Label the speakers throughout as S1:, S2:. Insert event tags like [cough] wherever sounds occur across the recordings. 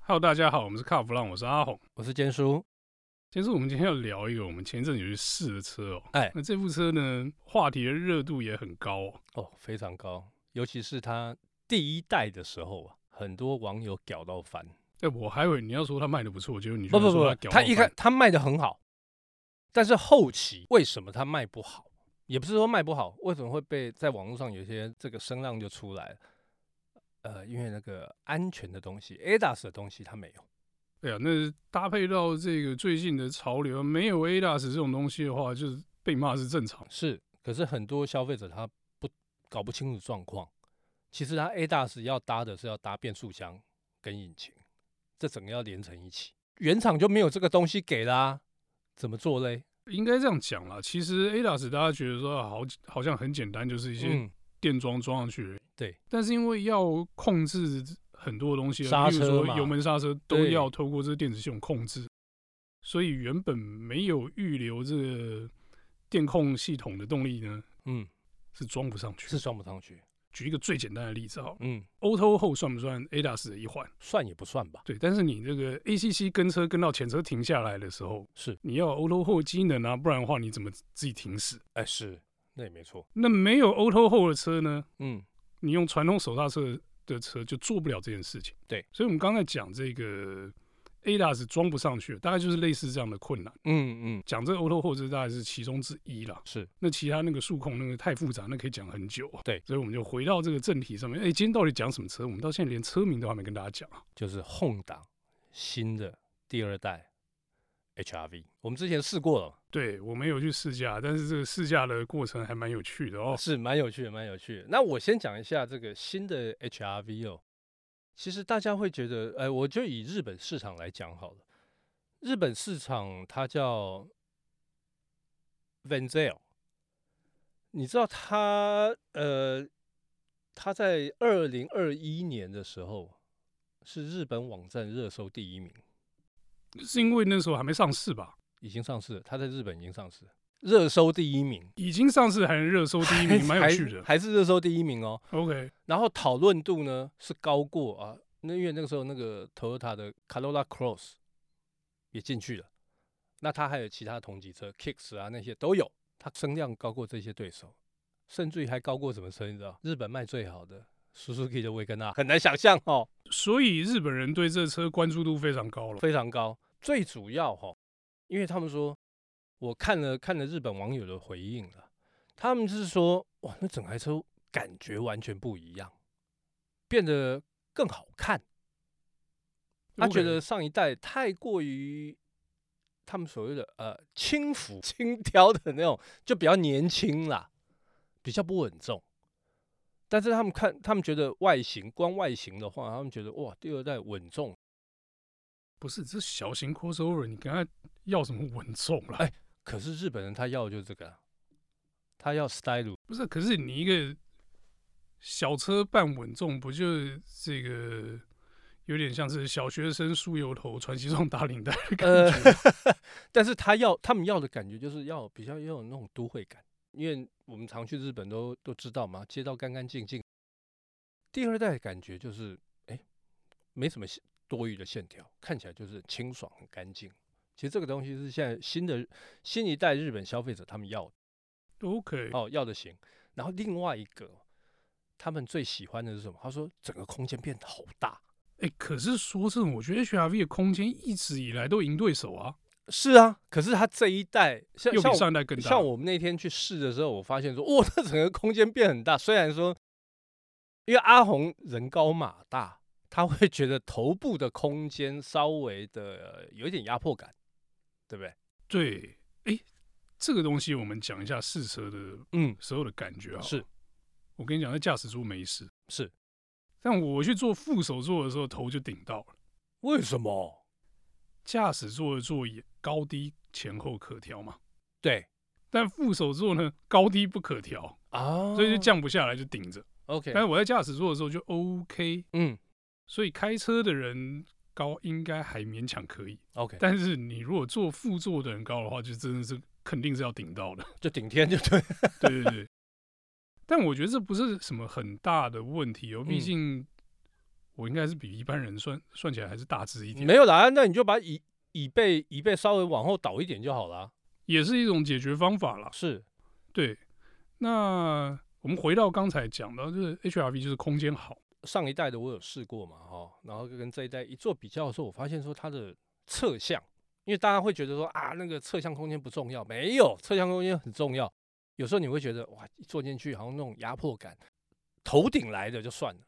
S1: Hello，大家好，我们是卡弗浪，我是阿红。
S2: 我是坚叔。
S1: 其实我们今天要聊一个我们前一阵有去试的车哦，
S2: 哎
S1: 那这部车呢，话题的热度也很高哦。
S2: 哦，非常高，尤其是他第一代的时候啊，很多网友屌到翻。
S1: 哎，我还以为你要说它卖的不错，结果你
S2: 不不
S1: 说
S2: 不，
S1: 屌
S2: 他
S1: 爆
S2: 一
S1: 翻
S2: 开他卖的很好，但是后期为什么他卖不好？也不是说卖不好，为什么会被在网络上有一些这个声浪就出来了？呃，因为那个安全的东西，ADAS 的东西它没有。
S1: 对啊，那搭配到这个最近的潮流，没有 ADAS 这种东西的话，就是被骂是正常的。
S2: 是，可是很多消费者他不搞不清楚状况。其实他 ADAS 要搭的是要搭变速箱跟引擎，这整个要连成一起。原厂就没有这个东西给啦、怎么做嘞？
S1: 应该这样讲啦，其实 ADAS 大家觉得说啊好好像很简单，就是一些
S2: 嗯，
S1: 电装装上去而已、
S2: 对，
S1: 但是因为要控制很多东西，啊
S2: 刹
S1: 例如
S2: 车
S1: 说
S2: 嘛
S1: 油门、刹车都
S2: 对
S1: 要透过这电子系统控制，所以原本没有预留这个电控系统的动力呢，
S2: 嗯，
S1: 是装不上去
S2: 是
S1: 的。
S2: 算不上去，
S1: 举一个最简单的例子哈
S2: 嗯，
S1: ，Auto 后算不算 ADAS 的一环？
S2: 算也不算吧，
S1: 对，但是你这个 ACC 跟车跟到前车停下来的时候，
S2: 是，
S1: 你要有 Auto 后机能啊，不然的话你怎么自己停死？
S2: 哎，是，那也没错，
S1: 那没有 Auto 后的车呢，
S2: 嗯，
S1: 你用传统手刹车的车就做不了这件事情。
S2: 对，
S1: 所以我们刚才讲这个 ADAS 装不上去，大概就是类似这样的困难。
S2: 嗯嗯，
S1: 讲这个 Auto 后置大概是其中之一啦。
S2: 是，
S1: 那其他那个数控那个太复杂，那可以讲很久。啊
S2: 对
S1: 所以我们就回到这个正题上面。哎、今天到底讲什么车？我们到现在连车名都还没跟大家讲啊。
S2: 就是轰档新的第二代 HRV，我们之前试过了嘛，
S1: 对，我没有去试驾，但是这个试驾的过程还蛮有趣的哦。
S2: 是蛮有趣的，蛮有趣的。那我先讲一下这个新的 HRV 哦，其实大家会觉得，哎、我就以日本市场来讲好了。日本市场它叫 Venzel，你知道它呃，它在二零二一年的时候是日本网站热搜第一名，呃
S1: 是因为那时候还没上市吧？
S2: 已经上市了，它在日本已经上市了，热搜第一名，
S1: 已经上市还能热搜第一名，蛮有
S2: [laughs] 还
S1: 趣的。
S2: 还是热搜第一名哦。
S1: OK，
S2: 然后讨论度呢是高过啊，那因为那个时候那个 Toyota 的 Corolla Cross 也进去了，那它还有其他同级车 Kicks 啊那些都有，它声量高过这些对手，甚至于还高过什么车你知道？日本卖最好的 Suzuki 的维根纳，很难想象哦，
S1: 所以日本人对这车关注度非常高了。
S2: 非常高。最主要哈、哦，因为他们说，我看了看了日本网友的回应了，他们是说哇，那整台车感觉完全不一样，变得更好看。他觉
S1: OK
S2: 得上一代太过于他们所谓的呃轻浮、 [laughs] 轻佻的那种，就比较年轻啦，比较不稳重。但是他们看，他们觉得外形，光外形的话，他们觉得哇，第二代稳重。
S1: 不是，这小型 crossover，你跟他要什么稳重啦？
S2: 哎可是日本人他要的就是这个啊，他要 style
S1: 不是，可是你一个小车扮稳重，不就是这个有点像是小学生梳油头、穿西装打领带 [laughs] 的感
S2: 呃
S1: 觉？，
S2: [laughs] 但是他要他们要的感觉就是要比较要有那种都会感，因为我们常去日本都都知道嘛，街道干干净净。第二代的感觉就是，哎，没什么线多余的线条，看起来就是清爽很干净。其实这个东西是现在新的新一代日本消费者他们要的
S1: OK，
S2: 哦要的型。然后另外一个，他们最喜欢的是什么？他说整个空间变得好大。
S1: 哎、可是说真的，我觉得 HRV 的空间一直以来都赢对手啊，
S2: 是啊，可是他这一代像
S1: 又
S2: 像
S1: 比
S2: 我
S1: 上一代更大。
S2: 像我们那天去试的时候，我发现说，哇， [laughs] 这整个空间变很大。虽然说，因为阿红人高马大，他会觉得头部的空间稍微的、呃有一点压迫感，对不对？
S1: 对，哎、这个东西我们讲一下试车的
S2: 嗯，
S1: 时候的感觉啊。
S2: 是，
S1: 我跟你讲，在驾驶座没事，
S2: 是。
S1: 但我去做副手座的时候，头就顶到了。
S2: 为什么？
S1: 驾驶座的座椅高低前后可调嘛，
S2: 对
S1: 但副手座呢高低不可调，
S2: 啊，
S1: 所以就降不下来就顶着。
S2: 哦 OK，
S1: 但是我在驾驶座的时候就 OK，
S2: 嗯
S1: 所以开车的人高应该还勉强可以，
S2: ，OK，
S1: 但是你如果坐副座的人高的话，就真的是肯定是要顶到的。 [laughs]
S2: 就顶天就对，
S1: 对对对。但我觉得这不是什么很大的问题哦，毕
S2: 嗯
S1: 竟我应该是比一般人算算起来还是大只一点，
S2: 没有啦，那你就把椅椅背椅背稍微往后倒一点就好啦。
S1: 也是一种解决方法啦。
S2: 是，
S1: 对，那我们回到刚才讲到，就是 HRV 就是空间好，
S2: 上一代的我有试过嘛，哈、然后跟这一代一做比较的时候，我发现说它的侧向，因为大家会觉得说啊，那个侧向空间不重要，没有，侧向空间很重要。有时候你会觉得哇，一坐进去好像那种压迫感，头顶来的就算了，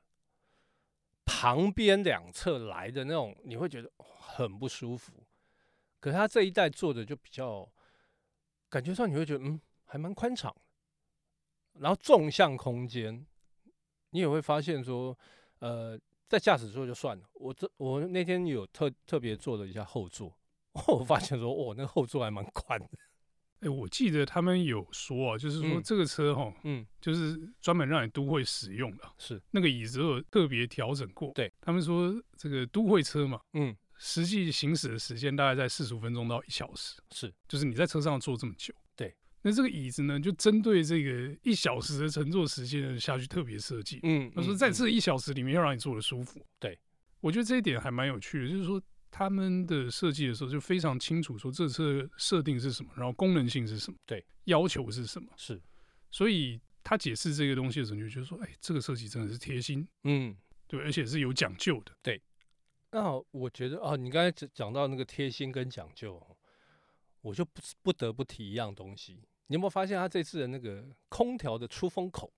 S2: 旁边两侧来的那种，你会觉得哇很不舒服。可是它这一代做的就比较，感觉上你会觉得嗯，还蛮宽敞的然后纵向空间，你也会发现说，呃，在驾驶座就算了，我这我那天有特特别坐了一下后座， [laughs] 我发现说，哦，那后座还蛮宽的，
S1: 哎、我记得他们有说啊，就是说
S2: 嗯
S1: 这个车哈，
S2: 嗯，
S1: 就是专门让你都会使用的，
S2: 是，
S1: 那个椅子有特别调整过。
S2: 对，
S1: 他们说这个都会车嘛，
S2: 嗯，
S1: 实际行驶的时间大概在四十五分钟到一小时，
S2: 是，
S1: 就是你在车上坐这么久。
S2: 对，
S1: 那这个椅子呢，就针对这个一小时的乘坐时间呢下去特别设计。
S2: 嗯，
S1: 他说
S2: 嗯
S1: 在
S2: 嗯
S1: 这一小时里面要让你坐的舒服。
S2: 对，
S1: 我觉得这一点还蛮有趣的，就是说他们的设计的时候就非常清楚说这次的设定是什么，然后功能性是什么，
S2: 对，
S1: 要求是什么，
S2: 嗯是，
S1: 所以。他解释这个东西的时候，你就觉得说，哎，这个设计真的是贴心，
S2: 嗯，
S1: 对，而且是有讲究的。
S2: 那我觉得啊，你刚才讲讲到那个贴心跟讲究哦，我就不不得不提一样东西。你有没有发现它这次的那个空调的出风口？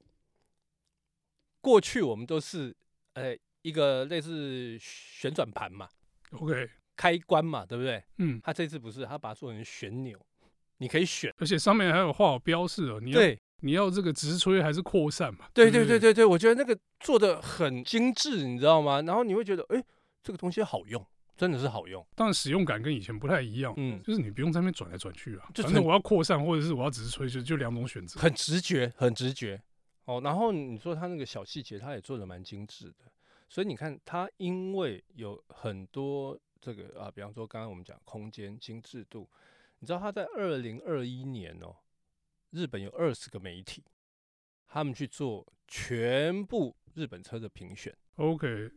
S2: 过去我们都是呃一个类似旋转盘嘛，
S1: OK，
S2: 开关嘛，对不对？
S1: 嗯，
S2: 它这次不是，它把它做成旋钮，你可以选。
S1: 而且上面还有画好标示哦，你要嗯
S2: 对
S1: 你要这个直吹还是扩散嘛？
S2: 对
S1: 不
S2: 对对
S1: 对，
S2: 对对，我觉得那个做的很精致，你知道吗？然后你会觉得，哎，这个东西好用，真的是好用。
S1: 当然使用感跟以前不太一样，
S2: 嗯，
S1: 就是你不用在那边转来转去啊，
S2: 就
S1: 反正
S2: 很
S1: 我要扩散或者是我要直吹，就就两种选择。
S2: 很直觉，很直觉。哦，然后你说他那个小细节，他也做的蛮精致的。所以你看，他因为有很多这个啊，比方说刚刚我们讲空间精致度，你知道他在二零二一年哦，日本有二十个媒体，他们去做全部日本车的评选
S1: OK，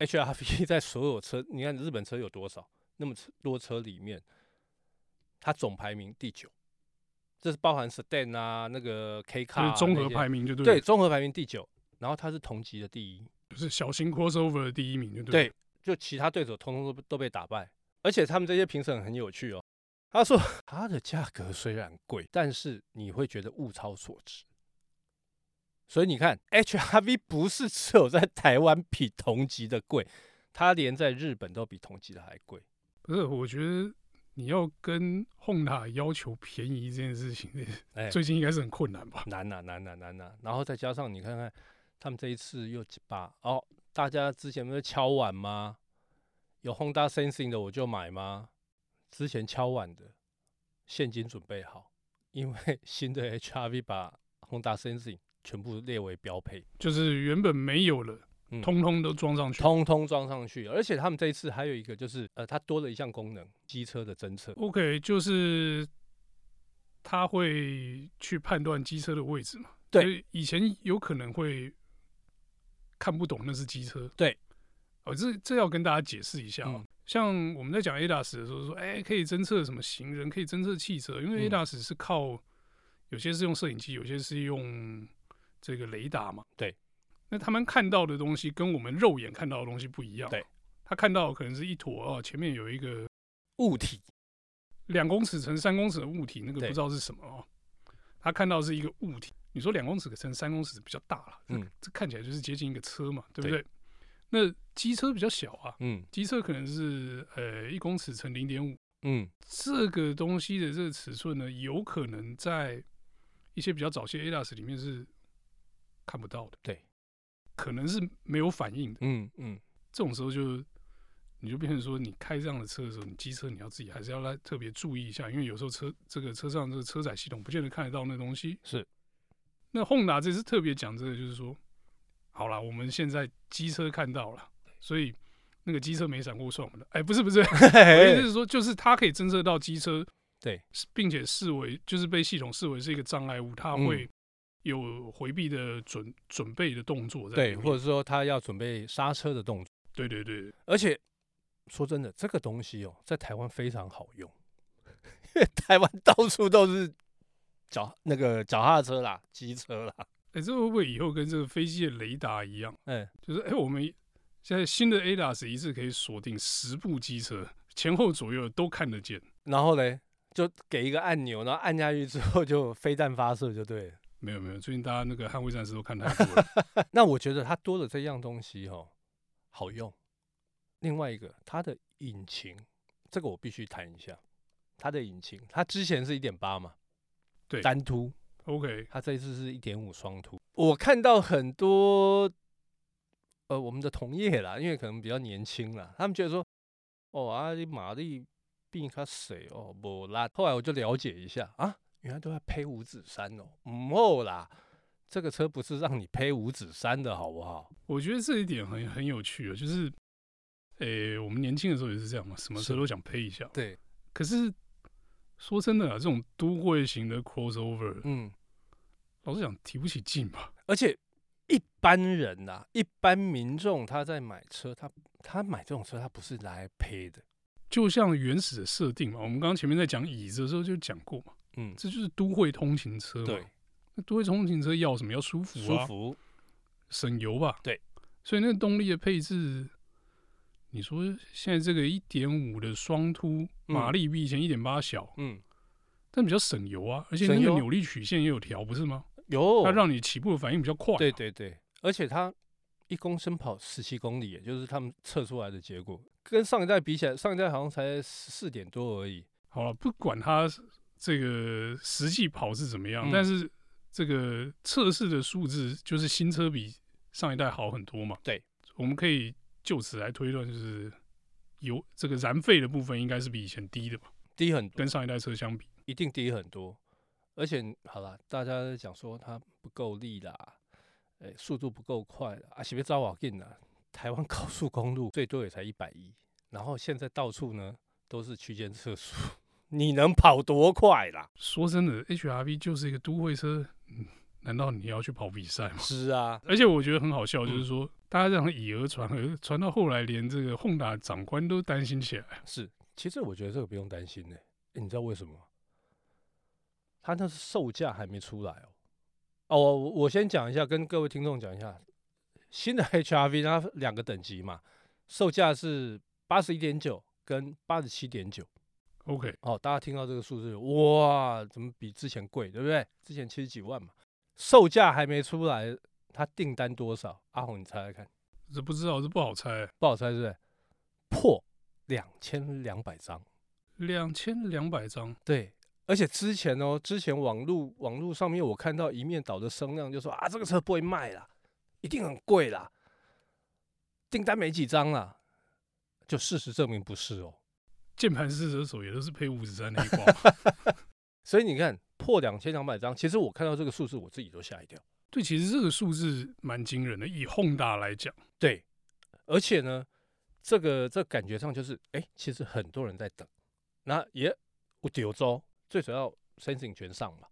S2: ，HRV [laughs] 在所有车，你看日本车有多少？那么车多车里面，它总排名第九，这是包含 sedan 啊，那个 K
S1: 就
S2: 卡、
S1: 是
S2: 啊、
S1: 综
S2: 那
S1: 合
S2: 些
S1: 排名就对，
S2: 对，，综合排名第九，然后他是同级的第一，
S1: 就是小型 crossover 的第一名就对。
S2: 对，就其他对手通通都都被打败，而且他们这些评审很有趣哦。他说 [laughs] 它的价格虽然贵，但是你会觉得物超所值。所以你看，HRV 不是只有在台湾比同级的贵，它连在日本都比同级的还贵。
S1: 不是，我觉得你要跟 Honda 要求便宜这件事情，
S2: 哎，
S1: 最近应该是很困难吧？
S2: 难呐、难呐、难呐、然后再加上你看看，他们这一次又几把哦，大家之前不是敲碗吗？有 Honda Sensing 的我就买吗？之前敲碗的现金准备好，因为 [laughs] 新的 HRV 把 Honda Sensing 全部列为标配，
S1: 就是原本没有了，
S2: 嗯
S1: 通通都装上去。
S2: 通通装上去。而且他们这一次还有一个就是，呃，它多了一项功能，机车的侦测。
S1: OK，就是他会去判断机车的位置嘛？
S2: 对，
S1: 以前有可能会看不懂那是机车。
S2: 对，
S1: 哦，这这要跟大家解释一下、哦。
S2: 嗯
S1: 像我们在讲 ADAS 的时候说，哎，可以侦测什么行人，可以侦测汽车，因为
S2: 嗯
S1: ADAS 是靠有些是用摄影机，有些是用这个雷达嘛。
S2: 对，
S1: 那他们看到的东西跟我们肉眼看到的东西不一样。
S2: 对，
S1: 他看到的可能是一坨哦，前面有一个
S2: 物体
S1: 两公尺乘三公尺的物体，那个不
S2: 对
S1: 知道是什么哦。他看到是一个物体，你说两公尺乘三公尺比较大了，这
S2: 嗯
S1: 这看起来就是接近一个车嘛，对不
S2: 对
S1: 对？那机车比较小啊，
S2: 嗯
S1: 机车可能是呃一公尺乘零点五，
S2: 嗯，
S1: 这个东西的这个尺寸呢，有可能在一些比较早期 ADAS 里面是看不到的，
S2: 对，
S1: 可能是没有反应的。
S2: 嗯嗯，
S1: 这种时候就你就变成说，你开这样的车的时候，你机车你要自己还是要来特别注意一下，因为有时候车这个车上这个车载系统不见得看得到那东西。
S2: 是。
S1: 那 Honda 这次特别讲这个，就是说，好啦，我们现在机车看到了，所以那个机车没闪过算我们的。哎、不是不
S2: [laughs]
S1: 是，我的意思是说，就是它可以侦测到机车，
S2: 对，
S1: 并且视为就是被系统视为是一个障碍物，它
S2: 嗯
S1: 会有回避的准准备的动作在里
S2: 对，
S1: 面，
S2: 或者说他要准备刹车的动作。
S1: 对对对，
S2: 而且说真的，这个东西哦，在台湾非常好用， [laughs] 因为台湾到处都是脚那个脚踏车啦、机车 [laughs] 啦，
S1: 哎、这会不会以后跟这个飞机的雷达一样？
S2: 嗯，
S1: 就是哎、我们现在新的 ADAS 一次可以锁定十部机车，前后左右都看得见。
S2: 然后嘞就给一个按钮，然后按下去之后就飞弹发射就对了。 [laughs]
S1: 没有没有，最近大家那个《捍卫战士》都看太多了。
S2: 那我觉得它多了这样东西哦，好用。另外一个，它的引擎，这个我必须谈一下。它的引擎，它之前是一点八嘛，
S1: 对
S2: 单凸，
S1: OK，
S2: 它这一次是一点五双凸。我看到很多呃我们的同业啦，因为可能比较年轻啦，他们觉得说，哦啊，你马力并卡谁哦不啦。后来我就了解一下啊，原来都在配五指山哦，唔哦啦，这个车不是让你配五指山的好不好？
S1: 我觉得这一点很很有趣啊，就是，哎、我们年轻的时候也是这样嘛，什么车
S2: 是
S1: 都想配一下。
S2: 对，
S1: 可是说真的啊，这种都会型的 crossover，、
S2: 嗯，
S1: 老实讲提不起劲吧？
S2: 而且一般人呐、一般民众他在买车，他他买这种车，他不是来配的，
S1: 就像原始的设定嘛，我们刚刚前面在讲椅子的时候就讲过嘛，
S2: 嗯，
S1: 这就是都会通勤车嘛。
S2: 对，
S1: 那都会通勤车要什么？要舒服
S2: 舒
S1: 啊，
S2: 服，
S1: 省油吧？
S2: 对，
S1: 所以那个动力的配置，你说现在这个一点五的双凸马力比以前一点八小，
S2: 嗯，
S1: 但比较省油啊，而且那
S2: 省
S1: 个
S2: 油
S1: 扭力曲线也有调，不是吗？
S2: 有
S1: 它让你起步的反应比较快、
S2: 对，对对，而且它一公升跑十七公里，也就是他们测出来的结果，跟上一代比起来，上一代好像才四点多而已。
S1: 好了，不管它这个实际跑是怎么样，
S2: 嗯
S1: 但是这个测试的数字就是新车比上一代好很多嘛。
S2: 对，
S1: 我们可以就此来推断，就是油这个燃费的部分应该是比以前低的吧，
S2: 低很多，
S1: 跟上一代车相比。
S2: 一定低很多。而且好了，大家在讲说它不够力啦，哎、速度不够快啦，啊，是别招瓦劲啦。台湾 [laughs] 高速公路最多也才一百一，然后现在到处呢都是区间测速， [laughs] 你能跑多快啦？
S1: 说真的，HRV 就是一个都会车，嗯，难道你要去跑比赛吗？
S2: 是啊，
S1: 而且我觉得很好笑，就是
S2: 嗯
S1: 说、大家这样以讹传讹，传到后来连这个 Honda 长官都担心起来。
S2: 是，其实我觉得这个不用担心呢、欸你知道为什么吗？它那是售价还没出来哦。哦，我我先讲一下，跟各位听众讲一下，新的 HRV 它两个等级嘛，售价是八十一点九跟八十七点九。
S1: OK，
S2: 哦，大家听到这个数字，哇，怎么比之前贵，对不对？之前七十几万嘛，售价还没出来，它订单多少？阿红，你猜猜看，
S1: 这不知道这不好猜，
S2: 不好猜是不是？破两千两百张。
S1: 两千两百张，
S2: 对，而且之前哦，之前网络网络上面我看到一面倒的声量，就说啊，这个车不会卖啦，一定很贵啦，订单没几张啦。就事实证明不是哦，
S1: 键盘式车手也都是配五十三那一挂嘛。
S2: 所以你看破两千两百张，其实我看到这个数字，我自己都吓一跳。
S1: 对，其实这个数字蛮惊人的，以 Honda 来讲，
S2: 对，而且呢，这个这感觉上就是，哎、其实很多人在等，那也我丢周，最主要 sensing 全上嘛，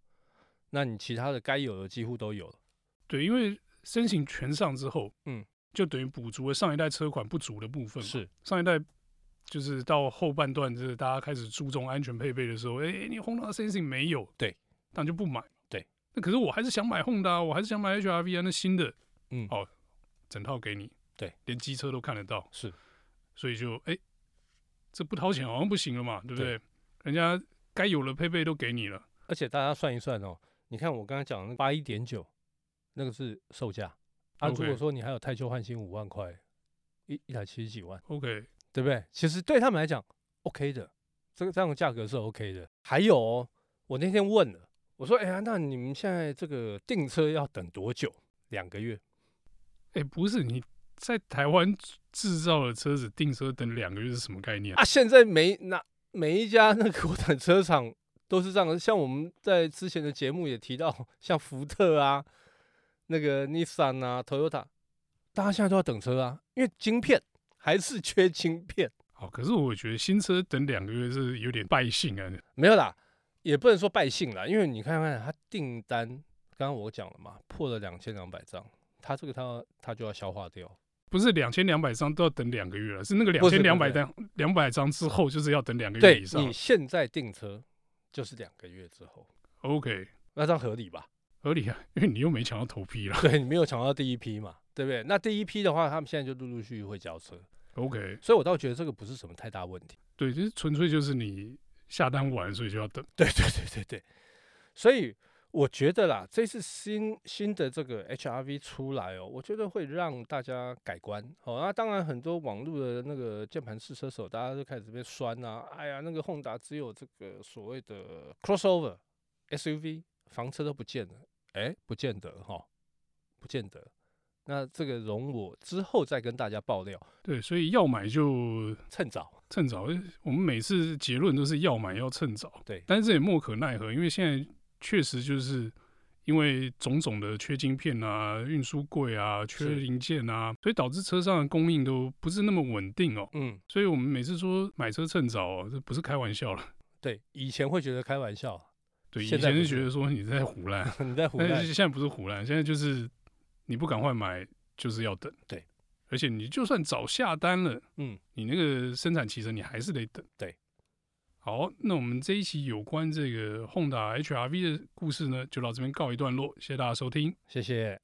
S2: 那你其他的该有的几乎都有了。
S1: 对，因为申请全上之后，
S2: 嗯，
S1: 就等于补足了上一代车款不足的部分嘛。
S2: 是，
S1: 上一代就是到后半段，就是大家开始注重安全配备的时候，哎、你 Honda Sensing 没有，
S2: 对，
S1: 那就不买。
S2: 对，
S1: 那可是我还是想买 Honda，我还是想买 HRV 啊，那新的
S2: 嗯
S1: 好整套给你，
S2: 对，
S1: 连机车都看得到，
S2: 是，
S1: 所以就哎、这不掏钱好像不行了嘛，对不
S2: 对
S1: 对？人家该有的配备都给你了，
S2: 而且大家算一算哦，你看我刚才讲的八一点九，那个是售价啊。如
S1: OK
S2: 果说你还有太旧换新五万块，一一台七十几万，
S1: ，OK，
S2: 对不对？其实对他们来讲，OK 的，这个这样的价格是 OK 的。还有哦，我那天问了，我说，哎呀，那你们现在这个订车要等多久？两个月？
S1: 哎、不是你在台湾制造的车子订车等两个月是什么概念？
S2: 啊，现在每那每一家那个国产车厂都是这样的，像我们在之前的节目也提到，像福特啊、那个 Nissan 啊、Toyota，大家现在都要等车啊，因为晶片还是缺晶片。
S1: 好，哦可是我觉得新车等两个月是有点败兴啊，
S2: 没有啦，也不能说败兴啦，因为你看看它订单刚刚我讲了嘛，破了两千两百张，它这个它它就要消化掉。
S1: 不是两千两百张都要等两个月了，是那个两
S2: 不是
S1: 千两
S2: 不
S1: 百
S2: 是
S1: 张两百张之后就是要等两个月
S2: 对
S1: 以上
S2: 你。现在订车就是两个月之后，
S1: OK，
S2: 那这样合理吧？
S1: 合理啊， [laughs] 因为你又没抢到头批了。
S2: [laughs] 对你没有抢到第一批嘛，对不对？那第一批的话，他们现在就陆陆续续会交车，
S1: OK，
S2: 所以我倒觉得这个不是什么太大问题。
S1: 对，就是纯粹就是你下单完，所以就要等。
S2: 对 [laughs] 对对对对，所以我觉得啦，这次新新的这个 HRV 出来哦，我觉得会让大家改观。好、那当然很多网络的那个键盘试车手，大家都开始被酸啊，哎呀，那个 Honda 只有这个所谓的 crossover SUV 房车都不见了，哎，不见得哈、不见得。那这个容我之后再跟大家爆料，
S1: 对，所以要买就
S2: 趁早。
S1: 趁早。我们每次结论都是要买要趁早，
S2: 对
S1: 但是这也莫可奈何，因为现在确实就是因为种种的缺晶片啊、运输柜啊、缺
S2: 是
S1: 零件啊，所以导致车上的供应都不是那么稳定哦。
S2: 嗯，
S1: 所以我们每次说买车趁早哦，这不是开玩笑了。
S2: 对，以前会觉得开玩笑， [laughs]
S1: 对，以
S2: 现在
S1: 前
S2: 不
S1: 是
S2: 是
S1: 觉得说你在胡乱，
S2: 你在胡
S1: 但
S2: 乱
S1: 是。现在不是胡乱，现在就是你不赶快买，就是要等。
S2: 对，
S1: 而且你就算早下单了，
S2: 嗯，
S1: 你那个生产期程你还是得等。
S2: 对，
S1: 好，那我们这一期有关这个 Honda HRV 的故事呢，就到这边告一段落，谢谢大家收听。
S2: 谢谢。